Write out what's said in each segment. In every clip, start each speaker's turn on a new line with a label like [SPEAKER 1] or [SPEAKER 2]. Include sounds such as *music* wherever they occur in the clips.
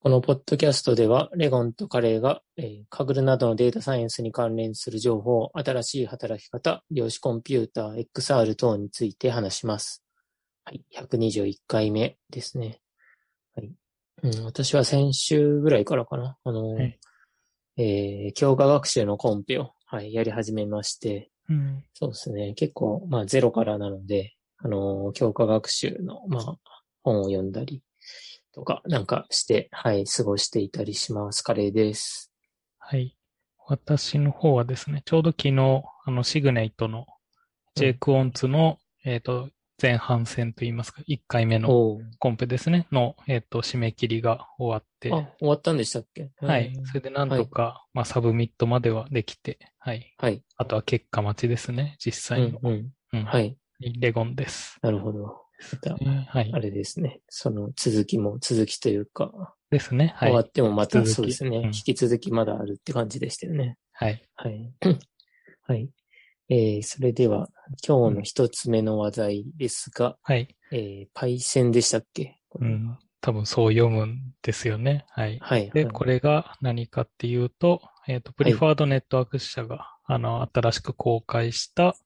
[SPEAKER 1] このポッドキャストでは、レゴンとカレーが、えーカグルなどのデータサイエンスに関連する情報、新しい働き方、量子コンピューター、XR 等について話します。はい、121回目ですね。はい。うん、私は先週ぐらいからかな。あの、
[SPEAKER 2] はい
[SPEAKER 1] えー強化学習のコンペを、はい、やり始めまして、
[SPEAKER 2] うん。
[SPEAKER 1] そうですね。結構、まあ、ゼロからなので、あのー、教科学習の、まあ、本を読んだりとか、なんかして、はい、過ごしていたりします。カレーです。
[SPEAKER 2] はい。私の方はですね、ちょうど昨日、あの、シグネイトの
[SPEAKER 1] うん
[SPEAKER 2] J クオンツの、えっ、と、前半戦といいますか、1回目の
[SPEAKER 1] おう
[SPEAKER 2] コンペですね、の、えっ、と、締め切りが終わって、
[SPEAKER 1] あ、終わったんでしたっけ
[SPEAKER 2] はい。
[SPEAKER 1] うん
[SPEAKER 2] それでなんとか、まあ、サブミットまではできて、はい。
[SPEAKER 1] はい。
[SPEAKER 2] あとは結果待ちですね、実
[SPEAKER 1] う
[SPEAKER 2] 際
[SPEAKER 1] ん、。
[SPEAKER 2] の
[SPEAKER 1] うん。
[SPEAKER 2] うん
[SPEAKER 1] はい。
[SPEAKER 2] レゴンです。
[SPEAKER 1] なるほど。また
[SPEAKER 2] はい
[SPEAKER 1] あ。れですね。その続きも、続きというか、
[SPEAKER 2] ですね。は
[SPEAKER 1] 終わ
[SPEAKER 2] い。
[SPEAKER 1] ってもまた
[SPEAKER 2] 引き続き
[SPEAKER 1] そうですね、
[SPEAKER 2] うん
[SPEAKER 1] 引き続きまだあるって感じでしたよね。
[SPEAKER 2] はい。 *laughs*
[SPEAKER 1] はい。はい。えー、それでは、今日の一つ目の話題ですが、
[SPEAKER 2] はい。
[SPEAKER 1] えー、パイセンでしたっけ、こ
[SPEAKER 2] う
[SPEAKER 1] れ
[SPEAKER 2] ん。多分そう読むんですよね。はい。
[SPEAKER 1] はい。
[SPEAKER 2] で、
[SPEAKER 1] はい
[SPEAKER 2] これが何かっていうと、えっ、と、プリファードネットワークス社が、あの、新しく公開した、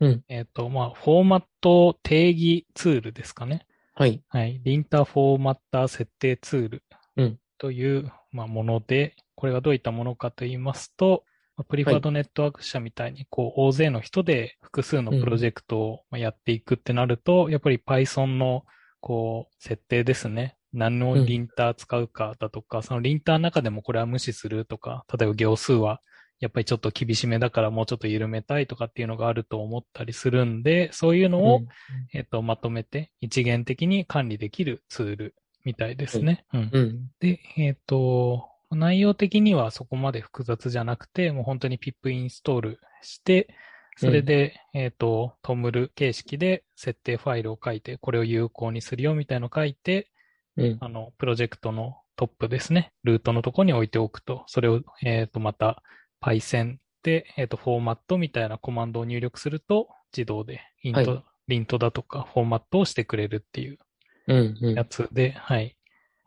[SPEAKER 1] うん
[SPEAKER 2] えっ、と、まあ、フォーマット定義ツールですかね。
[SPEAKER 1] はい。
[SPEAKER 2] はい。リンターフォーマッター設定ツール
[SPEAKER 1] うん
[SPEAKER 2] という、まあ、もので、これがどういったものかと言いますと、まあプリファードネットワークス社みたいに、こう、大勢の人で複数のプロジェクトをまあやっていくってなると、やっぱり Python のこう、設定ですね。何のリンター使うかだとか、そのリンターの中でもこれは無視するとか、例えば行数はやっぱりちょっと厳しめだからもうちょっと緩めたいとかっていうのがあると思ったりするんで、そういうのを、
[SPEAKER 1] うん
[SPEAKER 2] えっと、まとめて一元的に管理できるツールみたいですね。うん
[SPEAKER 1] うん。
[SPEAKER 2] で、えっ、と、内容的にはそこまで複雑じゃなくて、もう本当に PIP インストールして、それで、えっ、と、トムル形式で設定ファイルを書いて、これを有効にするよみたいのを書いて、
[SPEAKER 1] うん。
[SPEAKER 2] あの、プロジェクトのトップですね、ルートのところに置いておくと、それを、えっ、と、また Python で、えっ、と、フォーマットみたいなコマンドを入力すると、自動でイント、
[SPEAKER 1] は
[SPEAKER 2] リントだとかフォーマットをしてくれるっていう
[SPEAKER 1] うん。うん
[SPEAKER 2] やつで、はい。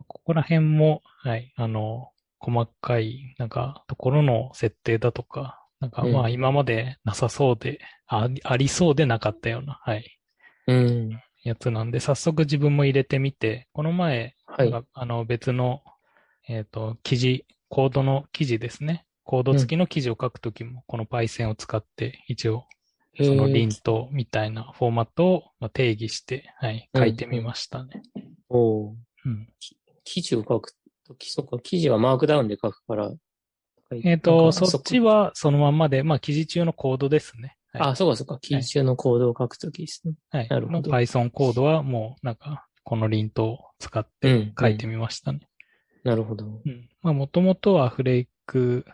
[SPEAKER 2] ここら辺も、はい、あの、細かい、なんか、ところの設定だとか、なんか、
[SPEAKER 1] うん
[SPEAKER 2] まあ、今までなさそうで、あり、ありそうでなかったような、はい、
[SPEAKER 1] うん。
[SPEAKER 2] やつなんで、早速自分も入れてみて、この前、
[SPEAKER 1] はい。
[SPEAKER 2] なんかあの、別の、えっ、と、記事、コードの記事ですね。コード付きの記事を書くときも、この Python を使って、一応、
[SPEAKER 1] へー
[SPEAKER 2] そのリントみたいなフォーマットをまあ定義して、はい、書いてみましたね。
[SPEAKER 1] おー
[SPEAKER 2] うん
[SPEAKER 1] 記事を書くとき、そっか、記事はマークダウンで書くから。
[SPEAKER 2] えっ、
[SPEAKER 1] な
[SPEAKER 2] と、
[SPEAKER 1] んか
[SPEAKER 2] そっち。はそのまんまで、まあ、記事中のコードですね。はい
[SPEAKER 1] あ、そうかそうか。記事中のコードを書くときですね。
[SPEAKER 2] はい。
[SPEAKER 1] なるほど
[SPEAKER 2] の Python コードはもう、なんか、このリントを使って書いてみましたね。
[SPEAKER 1] なるほど。
[SPEAKER 2] うんまあ、もともとはフレイク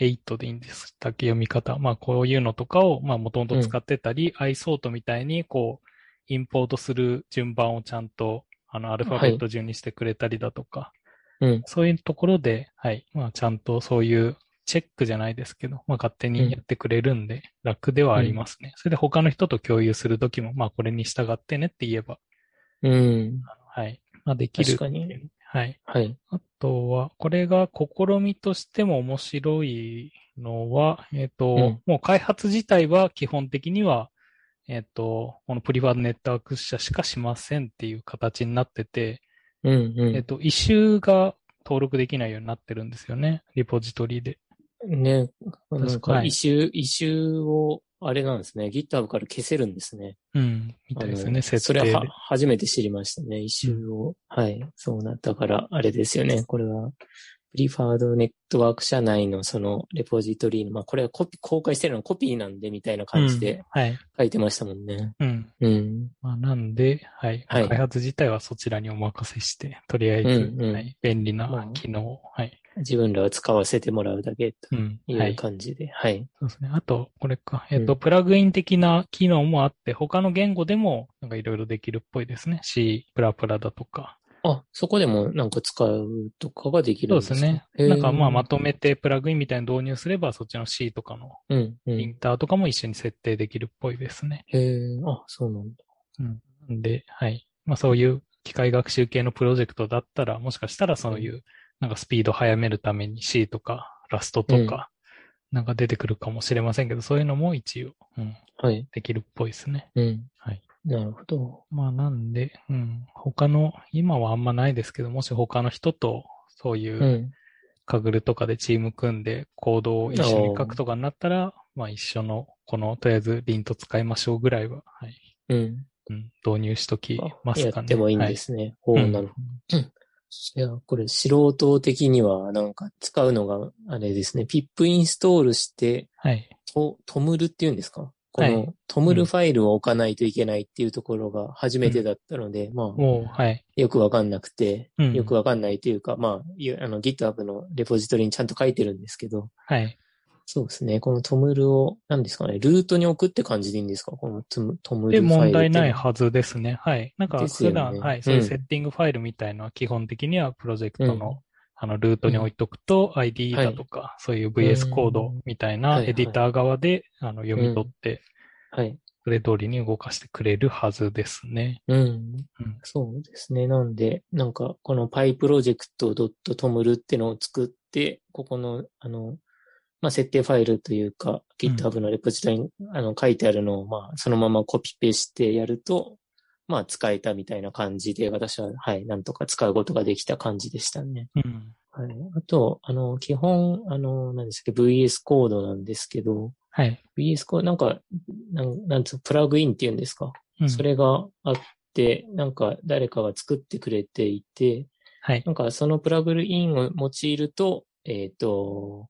[SPEAKER 2] 8でいいんですだけ読み方。まあ、こういうのとかを、まあ、もともと使ってたり、iSort みたいに、こう、インポートする順番をちゃんと、あの、アルファベット順にしてくれたりだとか、
[SPEAKER 1] うん。
[SPEAKER 2] そういうところで、はい。まあ、ちゃんとそういうチェックじゃないですけど、まあ、勝手にやってくれるんで、楽ではありますね。それで他の人と共有するときも、まあ、これに従ってねって言えば、
[SPEAKER 1] うん。
[SPEAKER 2] あのはい。まあ、できる。
[SPEAKER 1] 確かに。
[SPEAKER 2] はい。
[SPEAKER 1] はい。
[SPEAKER 2] あとは、これが試みとしても面白いのは、えっ、と、
[SPEAKER 1] うん
[SPEAKER 2] もう開発自体は基本的には、えっ、と、このプリファードネットワーク社しかしませんっていう形になってて、
[SPEAKER 1] うん。うん。
[SPEAKER 2] えっと、異臭が登録できないようになってるんですよね。リポジトリで。
[SPEAKER 1] ね、なん
[SPEAKER 2] は
[SPEAKER 1] か、
[SPEAKER 2] い
[SPEAKER 1] 異臭、異臭を、あれなんですね。GitHub から消せるんですね。
[SPEAKER 2] うん。みたいですよ
[SPEAKER 1] あの
[SPEAKER 2] ね、設
[SPEAKER 1] そ
[SPEAKER 2] 定
[SPEAKER 1] れ
[SPEAKER 2] で。
[SPEAKER 1] はは初めて知りましたね、異臭を。はい。そうなったから、あれですよね。これは、プリファードネットワーク社内のそのレポジトリの、まあこれはコピ公開してるのはコピーなんでみたいな感じ
[SPEAKER 2] う
[SPEAKER 1] で
[SPEAKER 2] んはい。
[SPEAKER 1] 書いてましたもんね。
[SPEAKER 2] うん。
[SPEAKER 1] うん。
[SPEAKER 2] まあ、なんで、はい。
[SPEAKER 1] はい
[SPEAKER 2] 開発自体はそちらにお任せして、とりあえず、
[SPEAKER 1] うんうん
[SPEAKER 2] はい、便利
[SPEAKER 1] まあ
[SPEAKER 2] な機能を、はい。
[SPEAKER 1] 自分らは使わせてもらうだけと
[SPEAKER 2] うん。
[SPEAKER 1] い。
[SPEAKER 2] はいう
[SPEAKER 1] 感じで。はい。
[SPEAKER 2] そうですね。あと、これか。えっ、と、
[SPEAKER 1] うん
[SPEAKER 2] プラグイン的な機能もあって、他の言語でも、なんかいろいろできるっぽいですね。C、プラプラだとか。
[SPEAKER 1] あ、そこでもなんか使うとかができる
[SPEAKER 2] そ
[SPEAKER 1] ん
[SPEAKER 2] う
[SPEAKER 1] です
[SPEAKER 2] です
[SPEAKER 1] か
[SPEAKER 2] ね。なんか、まあ、まと。
[SPEAKER 1] へ
[SPEAKER 2] めてプラグインみたいに導入すれば、そっちの C とかの
[SPEAKER 1] ーうん、う
[SPEAKER 2] イ
[SPEAKER 1] ん。
[SPEAKER 2] ンターとかも一緒に設定できるっぽいですね。
[SPEAKER 1] へえ、あ、そうなんだ。
[SPEAKER 2] うん。で、はい。まあそういう機械学習系のプロジェクトだったら、もしかしたらそういう、なんかスピード速めるために C とかラストとか、なんか出てくるかもしれませんけど、そういうのも一応、うん、
[SPEAKER 1] はい。
[SPEAKER 2] できるっぽいですね。
[SPEAKER 1] うん。
[SPEAKER 2] はい。
[SPEAKER 1] なるほど。
[SPEAKER 2] まあなんで、うん、他の、今はあんまないですけど、もし他の人と、そういうう、
[SPEAKER 1] ん。
[SPEAKER 2] カグルとかでチーム組んで、行動を一緒に書くとかになったら、まあ一緒の、この、とりあえず、リント使いましょうぐらいは、はい。
[SPEAKER 1] うん。
[SPEAKER 2] うん、導入しときま
[SPEAKER 1] や
[SPEAKER 2] すかね。
[SPEAKER 1] ってもいいん
[SPEAKER 2] は
[SPEAKER 1] で
[SPEAKER 2] い
[SPEAKER 1] すね。おー
[SPEAKER 2] うん
[SPEAKER 1] なるほど。いや、これ素人的にはなんか使うのがあれですね。ピップインストールして、
[SPEAKER 2] はい。
[SPEAKER 1] と、トムルっていうんですかこ
[SPEAKER 2] はい
[SPEAKER 1] のトムルファイルを置かないといけないっていうところが初めてだったので、まあ、
[SPEAKER 2] おうはい。
[SPEAKER 1] よくわかんなくて、
[SPEAKER 2] うん
[SPEAKER 1] よくわかんないというか、まあゆ、あの GitHub のレポジトリにちゃんと書いてるんですけど、
[SPEAKER 2] はい。
[SPEAKER 1] そうですね。このトムルを、何ですかね、ルートに置くって感じでいいんですかこのトムトム
[SPEAKER 2] で、
[SPEAKER 1] ルファイルって。
[SPEAKER 2] 問題ないはずですね。はい。なんか、
[SPEAKER 1] ですよ
[SPEAKER 2] 普
[SPEAKER 1] ね
[SPEAKER 2] 段、は
[SPEAKER 1] う
[SPEAKER 2] い、
[SPEAKER 1] ん
[SPEAKER 2] そういうセッティングファイルみたいのは、基本的にはプロジェクトの、
[SPEAKER 1] うん
[SPEAKER 2] あの、ルートに置いとくと、ID だとか、そういう VS コードみたい
[SPEAKER 1] は
[SPEAKER 2] ない
[SPEAKER 1] はい
[SPEAKER 2] エディター側で、あの、読み取って、
[SPEAKER 1] はい。
[SPEAKER 2] それ通りに動かしてくれるはずですね。
[SPEAKER 1] うん
[SPEAKER 2] うん。
[SPEAKER 1] そうですね。なんで、なんか、この pyproject.toml ってのを作って、ここの、あの、まあ、設定ファイルというか、
[SPEAKER 2] うん
[SPEAKER 1] GitHub のレポジトリに、あの、書いてあるのを、まあ、そのままコピペしてやると、まあ、使えたみたいな感じで、私は、はい、なんとか使うことができた感じでしたね。
[SPEAKER 2] うん。
[SPEAKER 1] はい。あと、あの、基本、あの、何でしたっけ、VS コードなんですけど、
[SPEAKER 2] はい。
[SPEAKER 1] VS コード、なんか、なんなんつう、プラグインっていうんですか
[SPEAKER 2] うん
[SPEAKER 1] それがあって、なんか誰かが作ってくれていて、
[SPEAKER 2] はい。
[SPEAKER 1] なんかそのプラグインを用いると、えっ、と、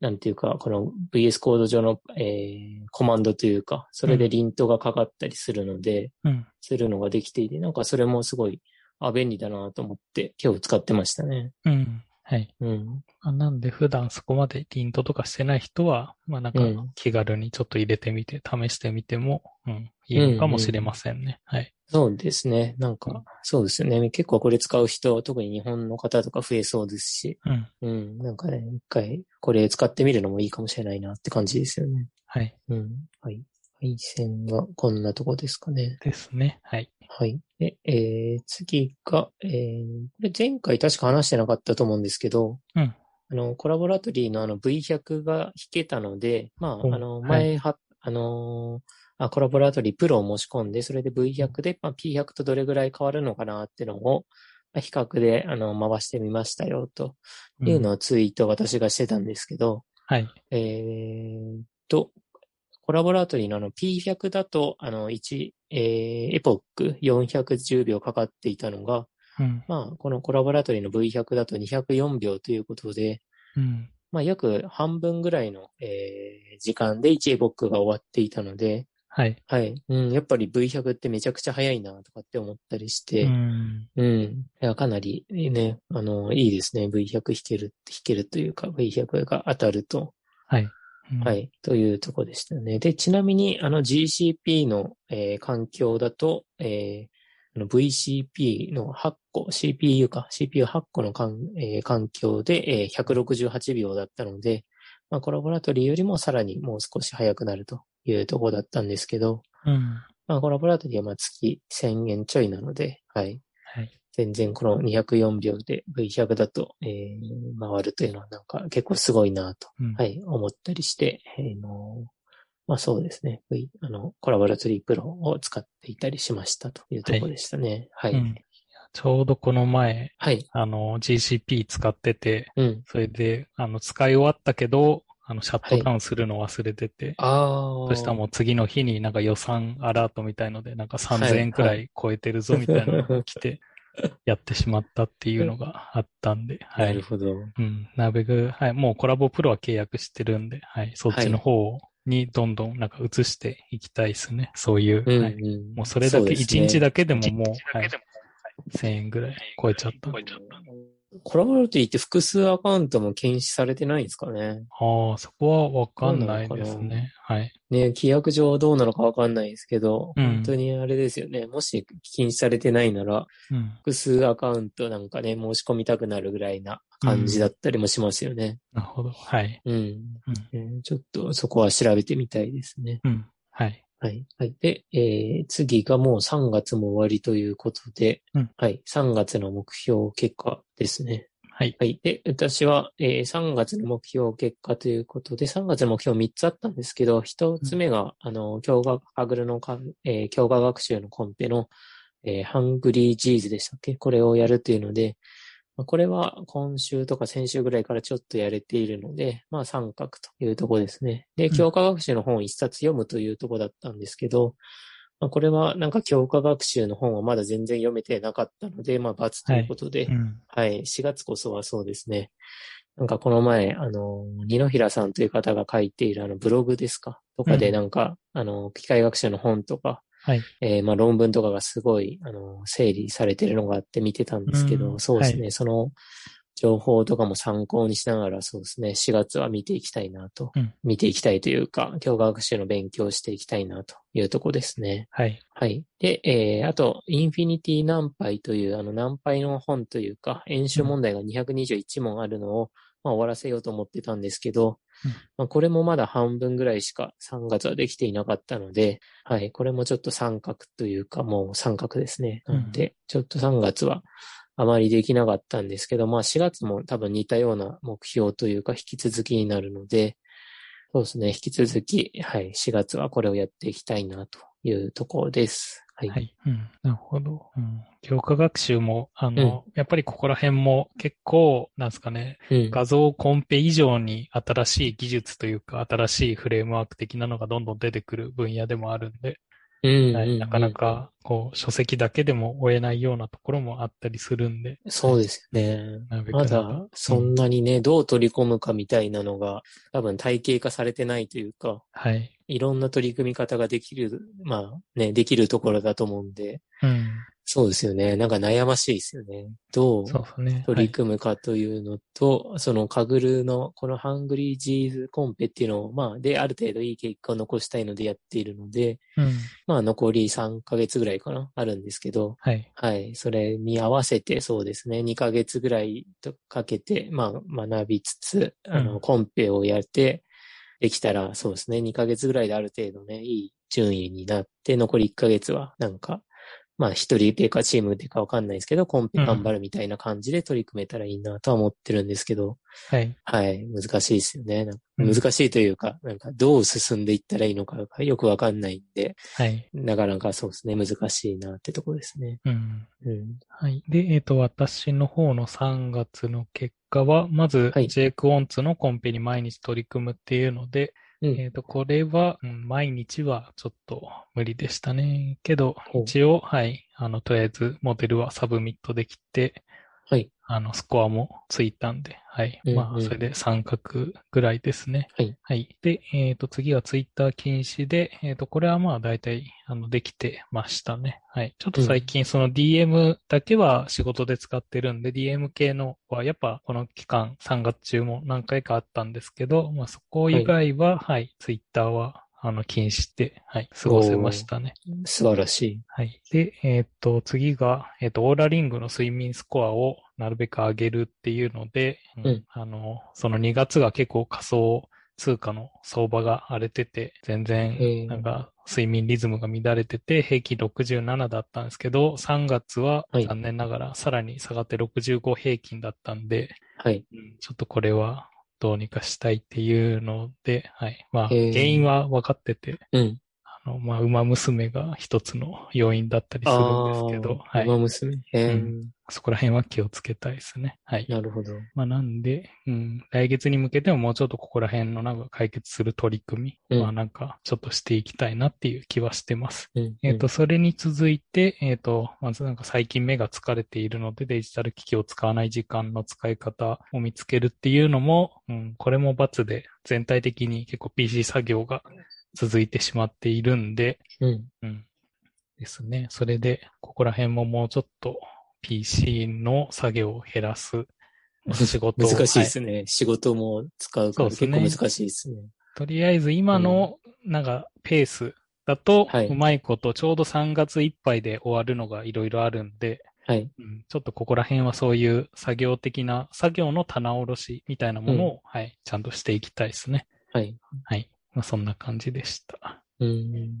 [SPEAKER 1] なんていうか、この VS コード上の、えーコマンドというか、それでリントがかかったりするので、
[SPEAKER 2] うん。
[SPEAKER 1] するのができていて、なんかそれもすごい、あ、便利だなと思って今日使ってましたね。
[SPEAKER 2] うん。はい。
[SPEAKER 1] うん。
[SPEAKER 2] あなんで普段そこまでリントとかしてない人は、まあなんか
[SPEAKER 1] うん
[SPEAKER 2] 気軽にちょっと入れてみて、試してみても、うん、いいのかもしれませんね。はい。
[SPEAKER 1] そうですね。なん
[SPEAKER 2] う
[SPEAKER 1] か
[SPEAKER 2] ん、
[SPEAKER 1] そうですよね。結構これ使う人、特に日本の方とか増えそうですし、
[SPEAKER 2] うん。
[SPEAKER 1] うん、なんかね、一回これ使ってみるのもいいかもしれないなって感じですよね。
[SPEAKER 2] はい。
[SPEAKER 1] うん。はい。配線はこんなとこですかね。
[SPEAKER 2] ですね。はい。
[SPEAKER 1] はい。で、えー、次が、えー、これ前回確か話してなかったと思うんですけど、
[SPEAKER 2] うん。
[SPEAKER 1] あの、コラボラトリーのあの V100 が弾けたので、ま
[SPEAKER 2] うん
[SPEAKER 1] あ、あの、
[SPEAKER 2] はい
[SPEAKER 1] 前は、あのーあ、コラボラトリープロを申し込んで、それで V100 で、まあ、P100 とどれぐらい変わるのかなってのを、まあ比較で、あの、回してみましたよ、というのをツイート私がしてたんですけど、
[SPEAKER 2] はい。
[SPEAKER 1] えーっと、コラボラトリーのあの P100 だと、あの1、えーエポック410秒かかっていたのが、
[SPEAKER 2] うん。
[SPEAKER 1] まあ、このコラボラトリーの V100 だと204秒ということで、
[SPEAKER 2] うん。
[SPEAKER 1] まあ、約半分ぐらいの、えー時間で1エポックが終わっていたので、
[SPEAKER 2] はい。
[SPEAKER 1] はい。うん、やっぱり V100 ってめちゃくちゃ早いな、とかって思ったりして、
[SPEAKER 2] うん。
[SPEAKER 1] うん。いや、かなりね、あの、いいですね。V100 弾ける、弾けるというか、V100 が当たると。
[SPEAKER 2] はい。うん
[SPEAKER 1] はい。というとこでしたね。で、ちなみに、あの GCP の、えー環境だと、えーあの VCP の8個、CPU か、CPU8 個の環,、えー環境で、えー168秒だったので、まあ、コラボラトリーよりもさらにもう少し早くなるというところだったんですけど、
[SPEAKER 2] うん。
[SPEAKER 1] まあ、コラボラトリーはまあ月1000円ちょいなので、はい。
[SPEAKER 2] はい。
[SPEAKER 1] 全然この204秒で V100 だと、えー回るというのはなんか結構すごいなと
[SPEAKER 2] うん
[SPEAKER 1] は。い、思ったりして、えーの、まあそうですね、V、あの、コラボラトリープロを使っていたりしましたというところでしたね。は
[SPEAKER 2] うんい
[SPEAKER 1] い。
[SPEAKER 2] やちょうどこの前、
[SPEAKER 1] はい。
[SPEAKER 2] あの、GCP 使ってて、
[SPEAKER 1] うん。
[SPEAKER 2] それで、あの、使い終わったけど、あの、シャットダウンするの忘れてて、
[SPEAKER 1] ああ。
[SPEAKER 2] そしたらもう次の日になんか予算アラートみたいので、なんか3000円くらい超えてるぞみたいなのが来
[SPEAKER 1] *laughs*
[SPEAKER 2] て、やってしまったっていうのがあったんで、は
[SPEAKER 1] ないる。ほど。
[SPEAKER 2] うん。なるべく、はい。もうコラボプロは契約してるんで、はい。そっちの方にどんどんなんか移していきたいですね。そういう、
[SPEAKER 1] うん、
[SPEAKER 2] はい。
[SPEAKER 1] うん。
[SPEAKER 2] もうそれだけ、1日
[SPEAKER 1] だ
[SPEAKER 2] だけでももう、はい。1000円ぐらい超えちゃった。
[SPEAKER 1] コラボラトリーって複数アカウントも禁止されてないんですかね。
[SPEAKER 2] ああ、そこはわかんないですね。はい。
[SPEAKER 1] ね、規約上どうなのかわかんないですけど、
[SPEAKER 2] うん
[SPEAKER 1] 本当にあれですよね。もし禁止されてないなら、
[SPEAKER 2] うん。
[SPEAKER 1] 複数アカウントなんかね、申し込みたくなるぐらいな感じだったりもしますよね。
[SPEAKER 2] なるほど。はい。
[SPEAKER 1] うん。えーちょっとそこは調べてみたいですね。
[SPEAKER 2] うん。はい。
[SPEAKER 1] はい。はい。で、えー次がもう3月も終わりということで、
[SPEAKER 2] うん
[SPEAKER 1] はい。3月の目標結果ですね。
[SPEAKER 2] はい。
[SPEAKER 1] はい。で、私は、えー3月の目標結果ということで、3月の目標3つあったんですけど、1つ目が、あの、強化、アグルのか、えー強化学習のコンペの、えーハングリージーズでしたっけこれをやるというので、まあこれは今週とか先週ぐらいからちょっとやれているので、まあ三角というとこですね。で、
[SPEAKER 2] うん
[SPEAKER 1] 強化学習の本を一冊読むというとこだったんですけど、まあこれはなんか強化学習の本はまだ全然読めてなかったので、まあ罰ということで、
[SPEAKER 2] うん。
[SPEAKER 1] はい、4月こそはそうですね。なんかこの前、あの、二野平さんという方が書いているあのブログですかとか
[SPEAKER 2] う
[SPEAKER 1] で
[SPEAKER 2] ん
[SPEAKER 1] なんか、あの、機械学習の本とか、
[SPEAKER 2] はい
[SPEAKER 1] えーまあ論文とかがすごい、あの、整理されてるのがあって見てたんですけど、
[SPEAKER 2] うん
[SPEAKER 1] そうですね、
[SPEAKER 2] は
[SPEAKER 1] その情報とかも参考にしながらそうですね、4月は見ていきたいなと、
[SPEAKER 2] うん
[SPEAKER 1] 見ていきたいというか、教科学習の勉強をしていきたいなというとこですね。
[SPEAKER 2] はい。
[SPEAKER 1] はい。で、えー、あと、インフィニティナンパイという、あの、ナンパイの本というか、演習問題が221問あるのを、まあ、終わらせようと思ってたんですけど、
[SPEAKER 2] うん
[SPEAKER 1] まあ、これもまだ半分ぐらいしか3月はできていなかったので、はい。これもちょっと三角というか、もう三角ですね。なんで、ちょっと3月はあまりできなかったんですけど、まあ、4月も多分似たような目標というか、引き続きになるので、そうですね。引き続き、はい。4月はこれをやっていきたいなというところです。はい。
[SPEAKER 2] はい。うん。なるほど。うん。教科学習も、あの、やっぱりここら辺も結構、なんですかね、
[SPEAKER 1] うん
[SPEAKER 2] 画像コンペ以上に新しい技術というか、新しいフレームワーク的なのがどんどん出てくる分野でもあるんで、
[SPEAKER 1] うん
[SPEAKER 2] はい
[SPEAKER 1] うん
[SPEAKER 2] なかなか、こう、書籍だけでも追えないようなところもあったりするんで、
[SPEAKER 1] そうですね。
[SPEAKER 2] なるべく
[SPEAKER 1] ま
[SPEAKER 2] なんか
[SPEAKER 1] だ、そんなにね、どう取り込むかみたいなのが、多分体系化されてないというか、
[SPEAKER 2] はい。
[SPEAKER 1] いろんな取り組み方ができる、まあね、できるところだと思うんで、
[SPEAKER 2] うん。
[SPEAKER 1] そうですよね。なんか悩ましいですよね。どう
[SPEAKER 2] そうですね。
[SPEAKER 1] 取り組むかというのと、そのカグルのこのハングリージーズコンペっていうのを、まあ、で、ある程度いい結果を残したいのでやっているので、
[SPEAKER 2] はい。うん。
[SPEAKER 1] まあ残り3ヶ月ぐらいかな、あるんですけど、
[SPEAKER 2] はい。
[SPEAKER 1] はい。それに合わせて、そうですね。2ヶ月ぐらいとかけて、まあ、学びつつ、あ
[SPEAKER 2] う
[SPEAKER 1] の、
[SPEAKER 2] ん
[SPEAKER 1] コンペをやって、できたら、そうですね。2ヶ月ぐらいである程度ね、いい順位になって、残り1ヶ月は、なんか、まあ、一人でかチームでかわかんないですけど、コンペ頑張るみたいな感じで取り組めたらいいなとは思ってるんですけど、
[SPEAKER 2] はい。
[SPEAKER 1] はい。難しいですよね。なんか
[SPEAKER 2] うん
[SPEAKER 1] 難しいというか、なんか、どう進んでいったらいいのかがよくわかんないんで、
[SPEAKER 2] はい。
[SPEAKER 1] なかなかそうですね。難しいなってところですね。
[SPEAKER 2] うん。
[SPEAKER 1] うん。
[SPEAKER 2] はい。で、えっ、と、私の方の3月の結果は、まず、
[SPEAKER 1] はい
[SPEAKER 2] ジェイク・オンツのコンペに毎日取り組むっていうので、
[SPEAKER 1] うん
[SPEAKER 2] えっ、と、これは、うん毎日はちょっと無理でしたね。けど、
[SPEAKER 1] ほう
[SPEAKER 2] 一応、はい、あの、とりあえず、モデルはサブミットできて、
[SPEAKER 1] はい。
[SPEAKER 2] あの、スコアもついたんで、はい。
[SPEAKER 1] うん
[SPEAKER 2] ま
[SPEAKER 1] う
[SPEAKER 2] あ、
[SPEAKER 1] ん
[SPEAKER 2] それで三角ぐらいですね。
[SPEAKER 1] はい。
[SPEAKER 2] はい。で、えっ、と、次はツイッター禁止で、えっ、と、これはまあ、大体、あの、できてましたね。はい。ちょっと最近、その DM だけは仕事で使ってるんで、DM 系のは、やっぱ、この期間、3月中も何回かあったんですけど、まあ、そこ以外は、はい、ツイッターは、あの、禁止で、はい、過ごせましたね。
[SPEAKER 1] 素晴らしい。
[SPEAKER 2] はい。で、えっと、次が、えっと、オーラリングの睡眠スコアをなるべく上げるっていうので、うん
[SPEAKER 1] うん
[SPEAKER 2] あの、その2月が結構仮想通貨の相場が荒れてて、全
[SPEAKER 1] うん
[SPEAKER 2] 然、なんか、睡眠リズムが乱れてて、平均67だったんですけど、3月は
[SPEAKER 1] はい
[SPEAKER 2] 残念ながらさらに下がって65平均だったんで、
[SPEAKER 1] はい。
[SPEAKER 2] うんちょっとこれはどうにかしたいっていうので、はい。まあ、
[SPEAKER 1] へー
[SPEAKER 2] 原因は分かってて、
[SPEAKER 1] うん。
[SPEAKER 2] あの、まあ、馬娘が一つの要因だったりするんですけど、
[SPEAKER 1] あー
[SPEAKER 2] はい。
[SPEAKER 1] 馬娘。えー
[SPEAKER 2] そこら辺は気をつけたいですね。はい。
[SPEAKER 1] なるほど。
[SPEAKER 2] まあ、なんで、うん、来月に向けてももうちょっとここら辺のなんか解決する取り組み、
[SPEAKER 1] うん
[SPEAKER 2] まあ、なんかちょっとしていきたいなっていう気はしてます。
[SPEAKER 1] うん。
[SPEAKER 2] えっ、と、それに続いて、えっ、と、まずなんか最近目が疲れているのでデジタル機器を使わない時間の使い方を見つけるっていうのも、うん、これも罰で全体的に結構 PC 作業が続いてしまっているんで、
[SPEAKER 1] うん、うん。
[SPEAKER 2] うん。ですね。それで、ここら辺ももうちょっと PC の作業を減らす仕事
[SPEAKER 1] *laughs*
[SPEAKER 2] を。
[SPEAKER 1] 難しいで
[SPEAKER 2] は
[SPEAKER 1] すね。仕事も使うから結
[SPEAKER 2] そうですね
[SPEAKER 1] 構難しいですね。
[SPEAKER 2] いとりあえず今の、なんか、ペースだと
[SPEAKER 1] はい、
[SPEAKER 2] うまいこと、ちょうど3月いっぱいで終わるのがいろいろあるんで、
[SPEAKER 1] はい。
[SPEAKER 2] うんちょっとここら辺はそういう作業的な、作業の棚卸しみたいなものを、はい、ちゃんとしていきたいですね。
[SPEAKER 1] はい。
[SPEAKER 2] はい。まあ、そんな感じでした。
[SPEAKER 1] うん。
[SPEAKER 2] うん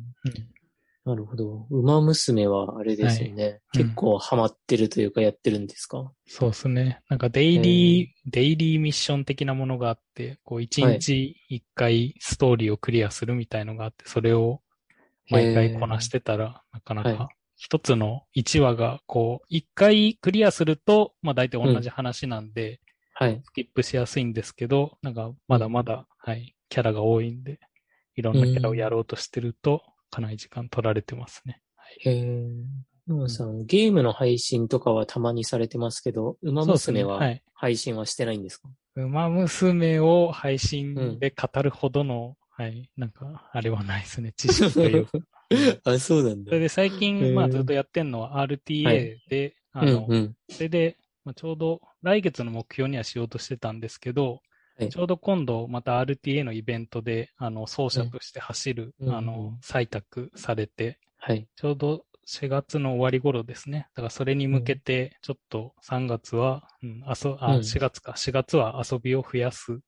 [SPEAKER 1] なるほど。馬娘はあれですよね。
[SPEAKER 2] いうん
[SPEAKER 1] 結構ハマってるというかやってるんですか、
[SPEAKER 2] そうですね。なんかデイリー、デイリーミッション的なものがあって、こう一日一回ストーリーをクリアするみたいのがあって、それを毎回こなしてたら、なかな
[SPEAKER 1] は
[SPEAKER 2] か一つの一話がこう、一回クリアすると、まあ大体同じ話なんで、
[SPEAKER 1] はい。
[SPEAKER 2] スキップしやすいんですけど、なんかまだまだ、はい、キャラが多いんで、いろんなキャラをやろうとしてると、かなり時間取られてますね。
[SPEAKER 1] へえ。ノンさん、ゲームの配信とかはたまにされてますけど、馬
[SPEAKER 2] そうですね
[SPEAKER 1] 娘は
[SPEAKER 2] はい
[SPEAKER 1] 配信はしてないんですか
[SPEAKER 2] 馬娘を配信で語るほどの、はい、なんか、あれはないですね、
[SPEAKER 1] *laughs*
[SPEAKER 2] 知識というか。
[SPEAKER 1] あ、そうなんだ
[SPEAKER 2] それで最
[SPEAKER 1] へー
[SPEAKER 2] 近、まあずっとやってんのは RTA で、あの、
[SPEAKER 1] うんうん。
[SPEAKER 2] それで、まあ、ちょうど来月の目標にはしようとしてたんですけど、
[SPEAKER 1] はい
[SPEAKER 2] ちょうど今度また RTA のイベントで、あの、走者として走る、
[SPEAKER 1] うん
[SPEAKER 2] あ
[SPEAKER 1] うん
[SPEAKER 2] の、採択されて、
[SPEAKER 1] はい。
[SPEAKER 2] ちょうど4月の終わり頃ですね。だからそれに向けて、ちょっと3月は、うん、あそあ
[SPEAKER 1] うん
[SPEAKER 2] 4月か、4月は遊びを増やす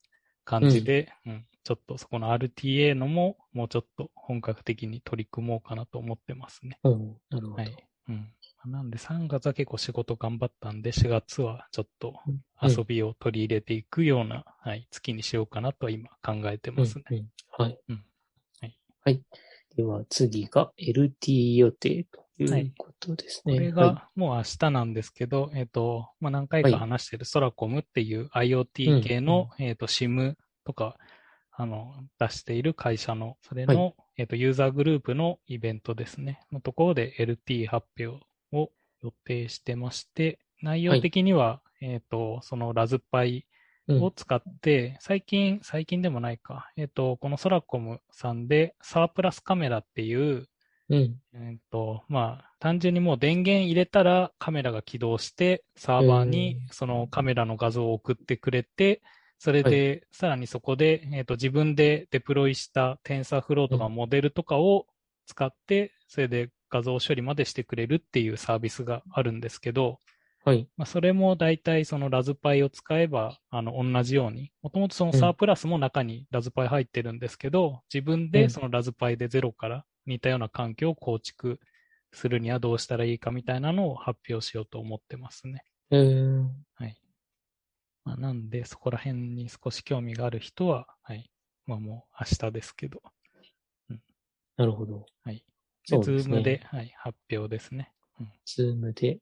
[SPEAKER 2] 感じで、うんちょっとそこの RTA のも、もうちょっと本格的に取り組もうかなと思ってますね。
[SPEAKER 1] うんなるほど。
[SPEAKER 2] はい。うん。なんで3月は結構仕事頑張ったんで、4月はちょっと
[SPEAKER 1] うん
[SPEAKER 2] 遊びを取り入れていくような、はい、月にしようかなと今考えてますね。
[SPEAKER 1] うんうんはい、
[SPEAKER 2] うんはい
[SPEAKER 1] はい。では次が LT 予定とい
[SPEAKER 2] は
[SPEAKER 1] う
[SPEAKER 2] い
[SPEAKER 1] ことです
[SPEAKER 2] こ
[SPEAKER 1] ね。
[SPEAKER 2] れ
[SPEAKER 1] はい
[SPEAKER 2] がもう明日なんですけど、えっ、と、まあ、何回か話してるソラコムっていう IoT 系の、えっ、と、SIM とか、あの、出している会社の、それの、えっ、と、ユーザーグループのイベントですね、のところで LT 発表を予定してまして、内容的には、えっ、と、そのラズパイ
[SPEAKER 1] うん
[SPEAKER 2] を使って、最近、最近でもないか、えっ、と、このソラコムさんで、サープラスカメラっていう、
[SPEAKER 1] うん。
[SPEAKER 2] えーっと、まあ、単純にもう電源入れたらカメラが起動して、サーバーに
[SPEAKER 1] う
[SPEAKER 2] そのカメラの画像を送ってくれて、それで、さらにそこで、えーっと、自分でデプロイした TensorFlow とか
[SPEAKER 1] うん
[SPEAKER 2] モデルとかを使って、それで画像処理までしてくれるっていうサービスがあるんですけど、
[SPEAKER 1] はい。
[SPEAKER 2] まあ、それも大体そのラズパイを使えば、あの、同じように、もともとそのサープラスも中にラズパイ入ってるんですけど、自分
[SPEAKER 1] う
[SPEAKER 2] で
[SPEAKER 1] ん
[SPEAKER 2] そのラズパイでゼロから似たような環境を構築するにはどうしたらいいかみたいなのを発表しようと思ってますね。
[SPEAKER 1] えー、
[SPEAKER 2] はい。まあ、なんで、そこら辺に少し興味がある人は、はい。まあもう明日ですけど、
[SPEAKER 1] なるほど。
[SPEAKER 2] はい。
[SPEAKER 1] そう
[SPEAKER 2] ズ
[SPEAKER 1] です
[SPEAKER 2] ー
[SPEAKER 1] ね。
[SPEAKER 2] ムで、はい、発表ですね。
[SPEAKER 1] ズームで、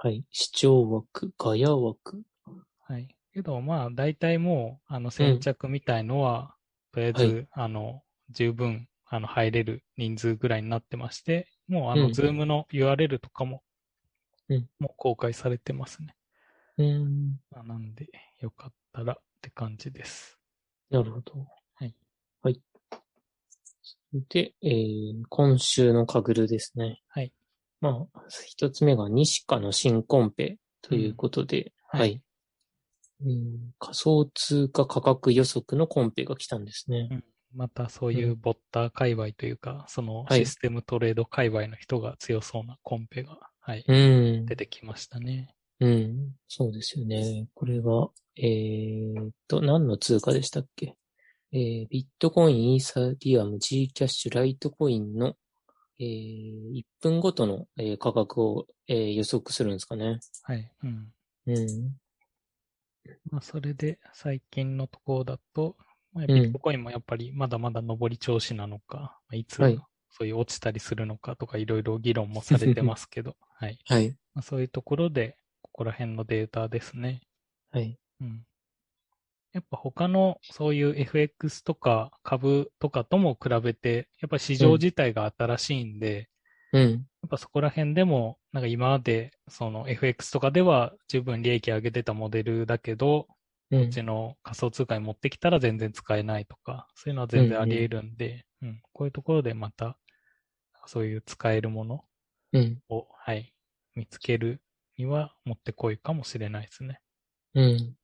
[SPEAKER 1] はい。視聴枠、ガヤ枠。
[SPEAKER 2] はい。けど、まあ、大体もう、あの、先着みたいのは、とりあえず、
[SPEAKER 1] は
[SPEAKER 2] あの、十分、あの、入れる人数ぐらいになってまして、もう、あ
[SPEAKER 1] うん
[SPEAKER 2] の、ズームの URL とかも、
[SPEAKER 1] うん
[SPEAKER 2] もう公開されてますね。
[SPEAKER 1] うん。
[SPEAKER 2] まあなんで、よかったらって感じです。
[SPEAKER 1] なるほど。
[SPEAKER 2] はい。
[SPEAKER 1] はい。で、えー、今週のカグルですね。
[SPEAKER 2] はい。
[SPEAKER 1] まあ、一つ目が西科の新コンペということで、
[SPEAKER 2] う
[SPEAKER 1] は、
[SPEAKER 2] んはい
[SPEAKER 1] うん仮想通貨価格予測のコンペが来たんですね。
[SPEAKER 2] また、そういうボッター界隈というか、その
[SPEAKER 1] はい
[SPEAKER 2] システムトレード界隈の人が強そうなコンペが、はい、
[SPEAKER 1] うん。
[SPEAKER 2] 出てきましたね。
[SPEAKER 1] うん。そうですよね。これは、えーっと、何の通貨でしたっけえー、ビットコイン、イーサリアム、G キャッシュ、ライトコインの、えー、1分ごとの、えー価格を、えー予測するんですかね。
[SPEAKER 2] はい。うん。
[SPEAKER 1] うん。
[SPEAKER 2] まあ、それで最近のところだと、まあ
[SPEAKER 1] うん
[SPEAKER 2] ビットコインもやっぱりまだまだ上り調子なのか、まあいつ
[SPEAKER 1] はい
[SPEAKER 2] そういう落ちたりするのかとかいろいろ議論もされてま
[SPEAKER 1] *laughs*
[SPEAKER 2] すけど、はい
[SPEAKER 1] はい。
[SPEAKER 2] まあ、そういうところで、ここら辺のデータですね。
[SPEAKER 1] はい。
[SPEAKER 2] うん、やっぱ他のそういう FX とか株とかとも比べて、やっぱ市場自体が新しいんで、
[SPEAKER 1] うん。
[SPEAKER 2] やっぱそこら辺でも、なんか今までその FX とかでは十分利益上げてたモデルだけど、
[SPEAKER 1] う。
[SPEAKER 2] うんちの仮想通貨に持ってきたら全然使えないとか、そういうのは全然あり得るんで、うんこういうところでまた、そういう使えるもの
[SPEAKER 1] うん。
[SPEAKER 2] を、はい、見つけるには持ってこいかもしれないですね。
[SPEAKER 1] うん。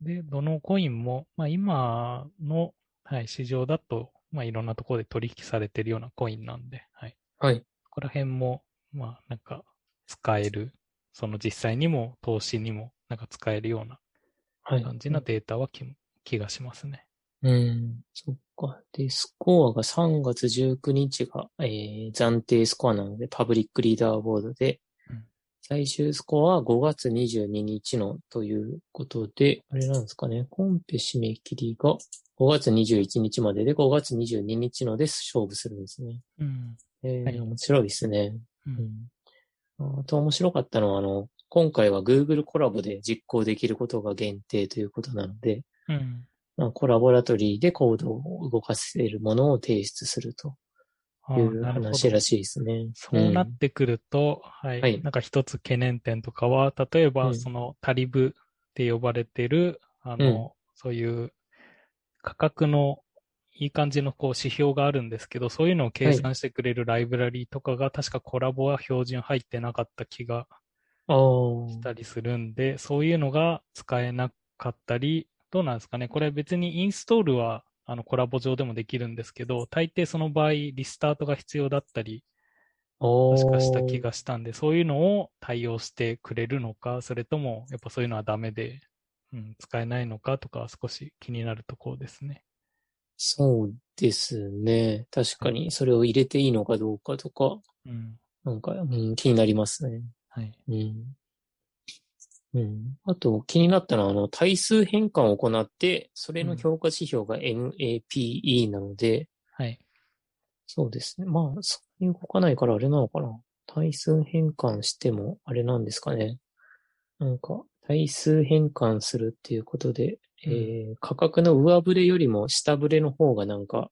[SPEAKER 2] で、どのコインも、まあ、今の、はい、市場だと、まあ、いろんなところで取引されてるようなコインなんで、はい、
[SPEAKER 1] はい。
[SPEAKER 2] ここら辺も、まあ、なんか、使える、その実際にも投資にも、なんか使えるような
[SPEAKER 1] はい。
[SPEAKER 2] 感じなデータはき気がしますね。
[SPEAKER 1] うん、そっか。で、スコアが3月19日が、えー暫定スコアなので、パブリックリーダーボードで、
[SPEAKER 2] うん
[SPEAKER 1] 最終スコアは5月22日のということで、あれなんですかね、コンペ締め切りが5月21日までで、5月22日ので勝負するんですね。
[SPEAKER 2] うん。
[SPEAKER 1] えー
[SPEAKER 2] はい
[SPEAKER 1] 面白いですね。
[SPEAKER 2] う。
[SPEAKER 1] うんん。あと面白かったのは、あの、今回は Google コラボで実行できることが限定ということなので、
[SPEAKER 2] うん。
[SPEAKER 1] まあ、コラボラトリーでコードを動かせるものを提出すると
[SPEAKER 2] あ
[SPEAKER 1] い
[SPEAKER 2] ー
[SPEAKER 1] う
[SPEAKER 2] なるほど。
[SPEAKER 1] 話らしいですね。
[SPEAKER 2] そうな
[SPEAKER 1] う
[SPEAKER 2] っ
[SPEAKER 1] ん
[SPEAKER 2] てくると、はい、
[SPEAKER 1] はい
[SPEAKER 2] なんか一つ懸念点とかは、例え
[SPEAKER 1] う
[SPEAKER 2] ば、
[SPEAKER 1] ん
[SPEAKER 2] その、タリブって呼ばれてる、あの、
[SPEAKER 1] うん
[SPEAKER 2] そういう価格のいい感じのこう指標があるんですけど、そういうのを計算してくれるライブラリとかが、確かコラボは標準入ってなかった気が
[SPEAKER 1] あ
[SPEAKER 2] し
[SPEAKER 1] あ。
[SPEAKER 2] たりするんで、そういうのが使えなかったり、どうなんですかね。これ別にインストールは、あの、コラボ上でもできるんですけど、大抵その場合、リスタートが必要だったり、
[SPEAKER 1] も
[SPEAKER 2] もしかした気がしたんで、そういうのを対応してくれるのか、それとも、やっぱそういうのはダメで、うん、使えないのかとか、少し気になるところですね。
[SPEAKER 1] そうですね。確かに、それを入れていいのかどうかとか、
[SPEAKER 2] うん。
[SPEAKER 1] なんか、うん、気になりますね。
[SPEAKER 2] はい。
[SPEAKER 1] うん。うん。あと、気になったのは、あの、対数変換を行って、それの評価指標が MAPE なので、
[SPEAKER 2] はい。
[SPEAKER 1] そうですね。まあ、そこに動かないからあれなのかな。対数変換してもあれなんですかね。なんか、対数変換するっていうことで、
[SPEAKER 2] うん
[SPEAKER 1] えー価格の上振れよりも下振れの方がなんか、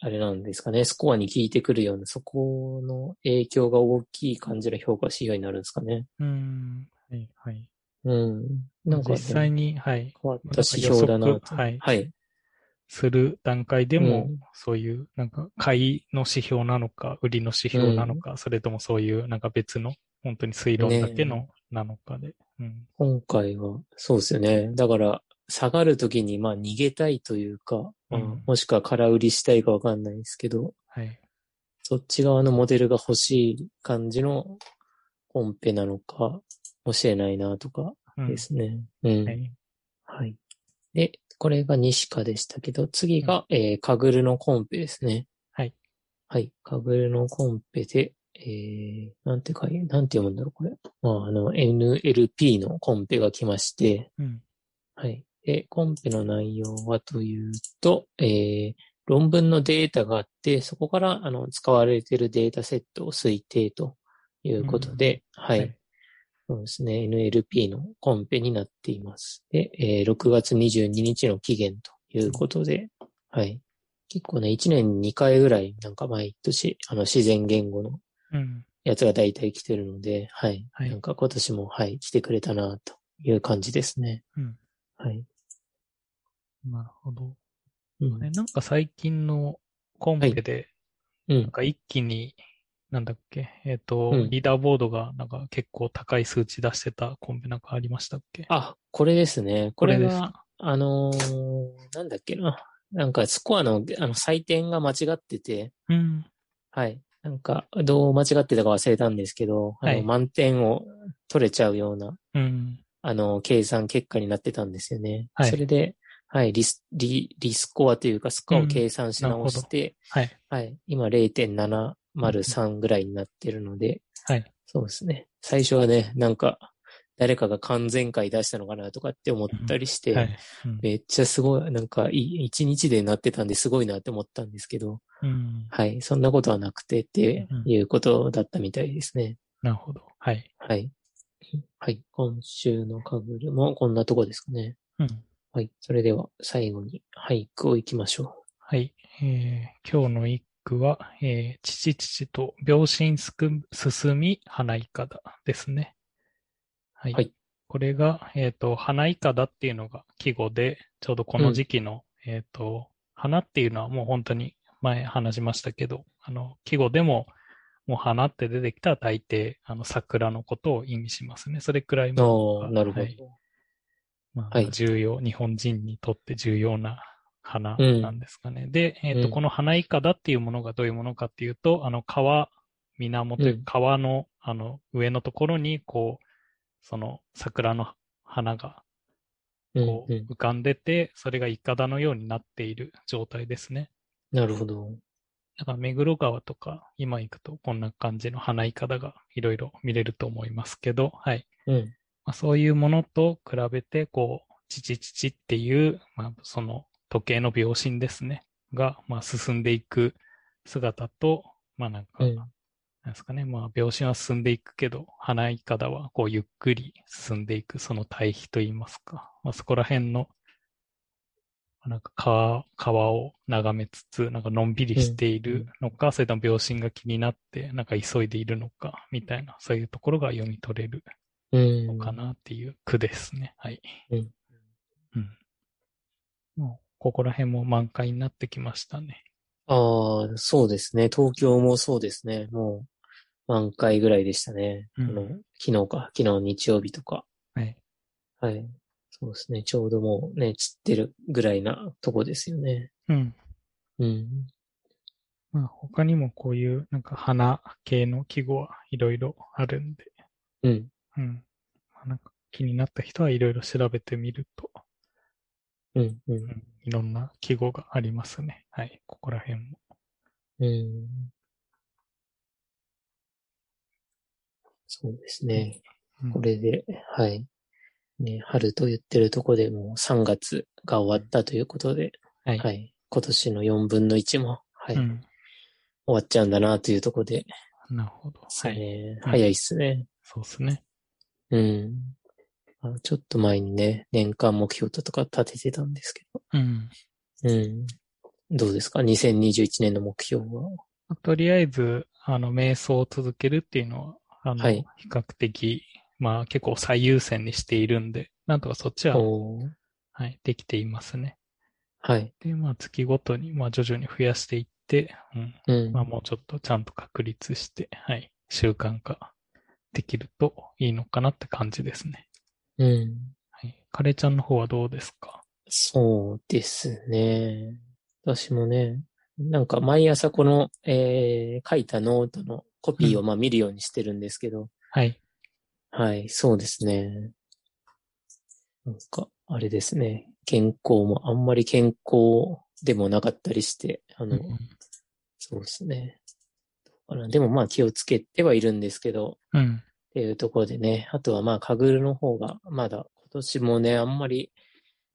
[SPEAKER 1] あれなんですかね。スコアに効いてくるような、そこの影響が大きい感じの評価指標になるんですかね。
[SPEAKER 2] うん。はい、はい。
[SPEAKER 1] うん。なんかね、
[SPEAKER 2] 実際に、はい、
[SPEAKER 1] 変わった指標だな
[SPEAKER 2] 予
[SPEAKER 1] と。
[SPEAKER 2] 測はい
[SPEAKER 1] はい。
[SPEAKER 2] する段階でも、
[SPEAKER 1] うん
[SPEAKER 2] そういう、なんか、買いの指標なのか、売りの指標なのか、それともそういう、なんか別の、本当に推論だけの、なのかで。うん。
[SPEAKER 1] 今回は、そうですよね。だから、下がるときに、まあ、逃げたいというか、
[SPEAKER 2] うん
[SPEAKER 1] まあもしくは空売りしたいかわかんないですけど、
[SPEAKER 2] はい。
[SPEAKER 1] そっち側のモデルが欲しい感じのコンペなのか、もしれないなとか
[SPEAKER 2] うん
[SPEAKER 1] ですね。うん。
[SPEAKER 2] はい。
[SPEAKER 1] はい。で、これが西科でしたけど、次が、えー、カグルのコンペですね。
[SPEAKER 2] はい。
[SPEAKER 1] はい。カグルのコンペで、えー、なんて書い、なんて読むんだろう、これ。まあ、あの、NLP のコンペが来まして、
[SPEAKER 2] うん。
[SPEAKER 1] はい。で、コンペの内容はというと、えー論文のデータがあって、そこからあの使われているデータセットを推定ということで、はい、
[SPEAKER 2] はい
[SPEAKER 1] そうですね。NLP のコンペになっています。で、えー6月22日の期限ということで、はい。結構ね、1年に2回ぐらい、なんか毎年、あの、自然言語の
[SPEAKER 2] うん。
[SPEAKER 1] やつが大体来てるので、はい。
[SPEAKER 2] はい
[SPEAKER 1] なんか今年も、はい、来てくれたな、という感じですね。
[SPEAKER 2] うん。
[SPEAKER 1] はい。
[SPEAKER 2] なるほど。
[SPEAKER 1] うん
[SPEAKER 2] ねなんか最近のコンペで、
[SPEAKER 1] うん
[SPEAKER 2] なんか一気に、なんだっけ、えっ、と、
[SPEAKER 1] うん
[SPEAKER 2] リーダーボードがなんか結構高い数値出してたコンペなんかありましたっけ
[SPEAKER 1] あ、これですね。これ
[SPEAKER 2] これ
[SPEAKER 1] が、
[SPEAKER 2] ですか
[SPEAKER 1] あのーなんだっけな。なんかスコアのあの採点が間違ってて、
[SPEAKER 2] うん。
[SPEAKER 1] はい。なんか、どう間違ってたか忘れたんですけど、あの
[SPEAKER 2] はい
[SPEAKER 1] 満点を取れちゃうような、
[SPEAKER 2] うん。
[SPEAKER 1] あの、計算結果になってたんですよね。
[SPEAKER 2] はい
[SPEAKER 1] それで、はい、リス、リ、リスコアというか、スコアを計算し
[SPEAKER 2] うんなるほ
[SPEAKER 1] 直
[SPEAKER 2] ど
[SPEAKER 1] して、
[SPEAKER 2] はい。
[SPEAKER 1] はい、今0.703ぐらいになってるので、
[SPEAKER 2] はい。
[SPEAKER 1] そうですね。最初はね、なんか、誰かが完全回出したのかなとかって思ったりして、
[SPEAKER 2] はい。うん
[SPEAKER 1] めっちゃすごい、なんか、い一日でなってたんですごいなって思ったんですけど、
[SPEAKER 2] うん。
[SPEAKER 1] はい、そんなことはなくてっていうことだったみたいですね。
[SPEAKER 2] なるほど。はい。
[SPEAKER 1] はい。 *laughs* はい、今週のかぶるもこんなとこですかね。
[SPEAKER 2] うん。
[SPEAKER 1] はい、それでは最後に俳句をいきましょ
[SPEAKER 2] はい。えー今日の一句は、えー、父父と秒針すく進み、花いかだですね。はい。
[SPEAKER 1] はい。
[SPEAKER 2] これが、えっ、と、花いかだっていうのが季語で、ちょうどこの時期の、えっ、と、花っていうのはもう本当に前話しましたけど、あの、季語でも、もう花って出てきたら大抵、あの、桜のことを意味しますね。それくらいうも
[SPEAKER 1] おー、なるほど。
[SPEAKER 2] はいま
[SPEAKER 1] は
[SPEAKER 2] あ
[SPEAKER 1] い、
[SPEAKER 2] 重要、日本人にとって重要な花
[SPEAKER 1] うん
[SPEAKER 2] なんですかね。で、えっ、と、
[SPEAKER 1] うん
[SPEAKER 2] この花いかだっていうものがどういうものかっていうと、あの、川、源といううん川の、あの、上のところに、こう、その桜の花が、こう
[SPEAKER 1] うんうん
[SPEAKER 2] 浮かんでて、それがイカダのようになっている状態ですね。
[SPEAKER 1] なるほど。
[SPEAKER 2] だから目黒川とか、今行くとこんな感じの花イカダがいろいろ見れると思いますけど、はい。
[SPEAKER 1] うん。
[SPEAKER 2] まあ、そういうものと比べて、こう、チチチチっていう、まあ、その時計の秒針ですね、が、まあ、進んでいく姿と、まあ、なんか、
[SPEAKER 1] うん
[SPEAKER 2] なんですかね、まあ、秒針は進んでいくけど、花いかだは、こう、ゆっくり進んでいく、その対比といいますか、まあ、そこら辺の、なんか川、川を眺めつつ、なんかのんびりしているのか、それとも秒針が気になって、なんか急いでいるのか、みたいな、そういうところが読み取れる
[SPEAKER 1] うん。
[SPEAKER 2] のかなっていう句ですね。はい。
[SPEAKER 1] うん。
[SPEAKER 2] うん。もう、ここら辺も満開になってきましたね。
[SPEAKER 1] ああ、そうですね。東京もそうですね。もう、満開ぐらいでしたね。
[SPEAKER 2] うん
[SPEAKER 1] あの昨日か、昨日日曜日とか。
[SPEAKER 2] はい。
[SPEAKER 1] はい。そうですね。ちょうどもうね、散ってるぐらいなとこですよね。
[SPEAKER 2] うん。
[SPEAKER 1] うん。
[SPEAKER 2] まあ、他にもこういう、なんか花系の季語はいろいろあるんで、
[SPEAKER 1] うん。
[SPEAKER 2] うん。まあ、なんか気になった人はいろいろ調べてみると、
[SPEAKER 1] うん。う。
[SPEAKER 2] うんん。いろんな季語がありますね。はい。ここら辺も。
[SPEAKER 1] うん。そうですね。
[SPEAKER 2] うん
[SPEAKER 1] これで、はい。ね、春と言ってるとこでもう3月が終わったということで、
[SPEAKER 2] はい。
[SPEAKER 1] はい。今年の4分の1も、はい。
[SPEAKER 2] う
[SPEAKER 1] 終
[SPEAKER 2] ん。
[SPEAKER 1] わっちゃうんだなというとこで、
[SPEAKER 2] なるほど。
[SPEAKER 1] そ
[SPEAKER 2] は
[SPEAKER 1] う
[SPEAKER 2] い。
[SPEAKER 1] ね。
[SPEAKER 2] うん
[SPEAKER 1] 早いっすね。
[SPEAKER 2] そうですね。
[SPEAKER 1] うん。あのちょっと前にね、年間目標とか立ててたんですけ
[SPEAKER 2] うん。
[SPEAKER 1] ど。うん。どうですか ?2021 年の目標は。
[SPEAKER 2] まあとりあえず、あの、瞑想を続けるっていうのは、あの、
[SPEAKER 1] はい
[SPEAKER 2] 比較的、まあ結構最優先にしているんで、なんとかそっちは、
[SPEAKER 1] おー
[SPEAKER 2] はい、できていますね。
[SPEAKER 1] はい。
[SPEAKER 2] で、まあ月ごとに、まあ徐々に増やしていって、うん、
[SPEAKER 1] うん。
[SPEAKER 2] まあもうちょっとちゃんと確立して、はい、習慣化できるといいのかなって感じですね。
[SPEAKER 1] うん。
[SPEAKER 2] はい。カレーちゃんの方はどうですか
[SPEAKER 1] そうですね。私もね、なんか毎朝この、えー書いたノートのコピーを
[SPEAKER 2] う
[SPEAKER 1] まあ見るようにしてるんですけど、
[SPEAKER 2] はい。
[SPEAKER 1] はい、そうですね。なんか、あれですね。健康も、あんまり健康でもなかったりして、あの、
[SPEAKER 2] うん
[SPEAKER 1] そうですね。どうかなでもまあ気をつけてはいるんですけど、
[SPEAKER 2] うん。
[SPEAKER 1] っていうところでね。あとはまあ、カグルの方が、まだ今年もね、あんまり、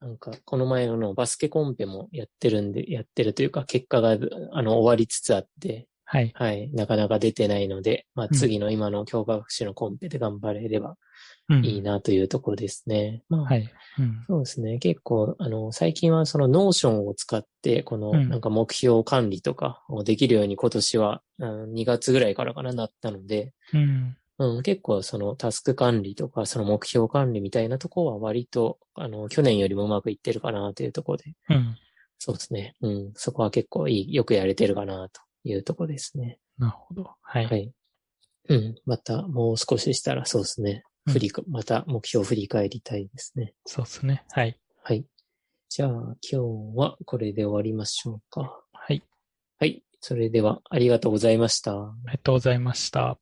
[SPEAKER 1] なんか、この前のバスケコンペもやってるんで、やってるというか、結果が、あの、終わりつつあって、
[SPEAKER 2] はい。
[SPEAKER 1] はい、なかなか出てないので、まあ、
[SPEAKER 2] うん
[SPEAKER 1] 次の今の教科学習のコンペで頑張れれば
[SPEAKER 2] うん
[SPEAKER 1] いい。なというところですね。まあ、
[SPEAKER 2] はい。うん。
[SPEAKER 1] そうですね。結構、あの、最近はそのノーションを使って、この、
[SPEAKER 2] うん
[SPEAKER 1] なんか目標管理とかをできるように今年は、うん2月ぐらいからかな、なったので、
[SPEAKER 2] うん。
[SPEAKER 1] うん、結構そのタスク管理とか、その目標管理みたいなとこは割と、あの、去年よりもうまくいってるかなというところで、
[SPEAKER 2] うん。
[SPEAKER 1] そうですね。うん、そこは結構いい、よくやれてるかなというとこですね。
[SPEAKER 2] なるほど。はい。
[SPEAKER 1] はい。うん、またもう少ししたらそうですね。
[SPEAKER 2] うん
[SPEAKER 1] 振りか、また目標を振り返りたいですね。
[SPEAKER 2] そうですね。はい。
[SPEAKER 1] はい。じゃあ、今日はこれで終わりましょうか。
[SPEAKER 2] はい。
[SPEAKER 1] はい。それでは、ありがとうございました。
[SPEAKER 2] ありがとうございました。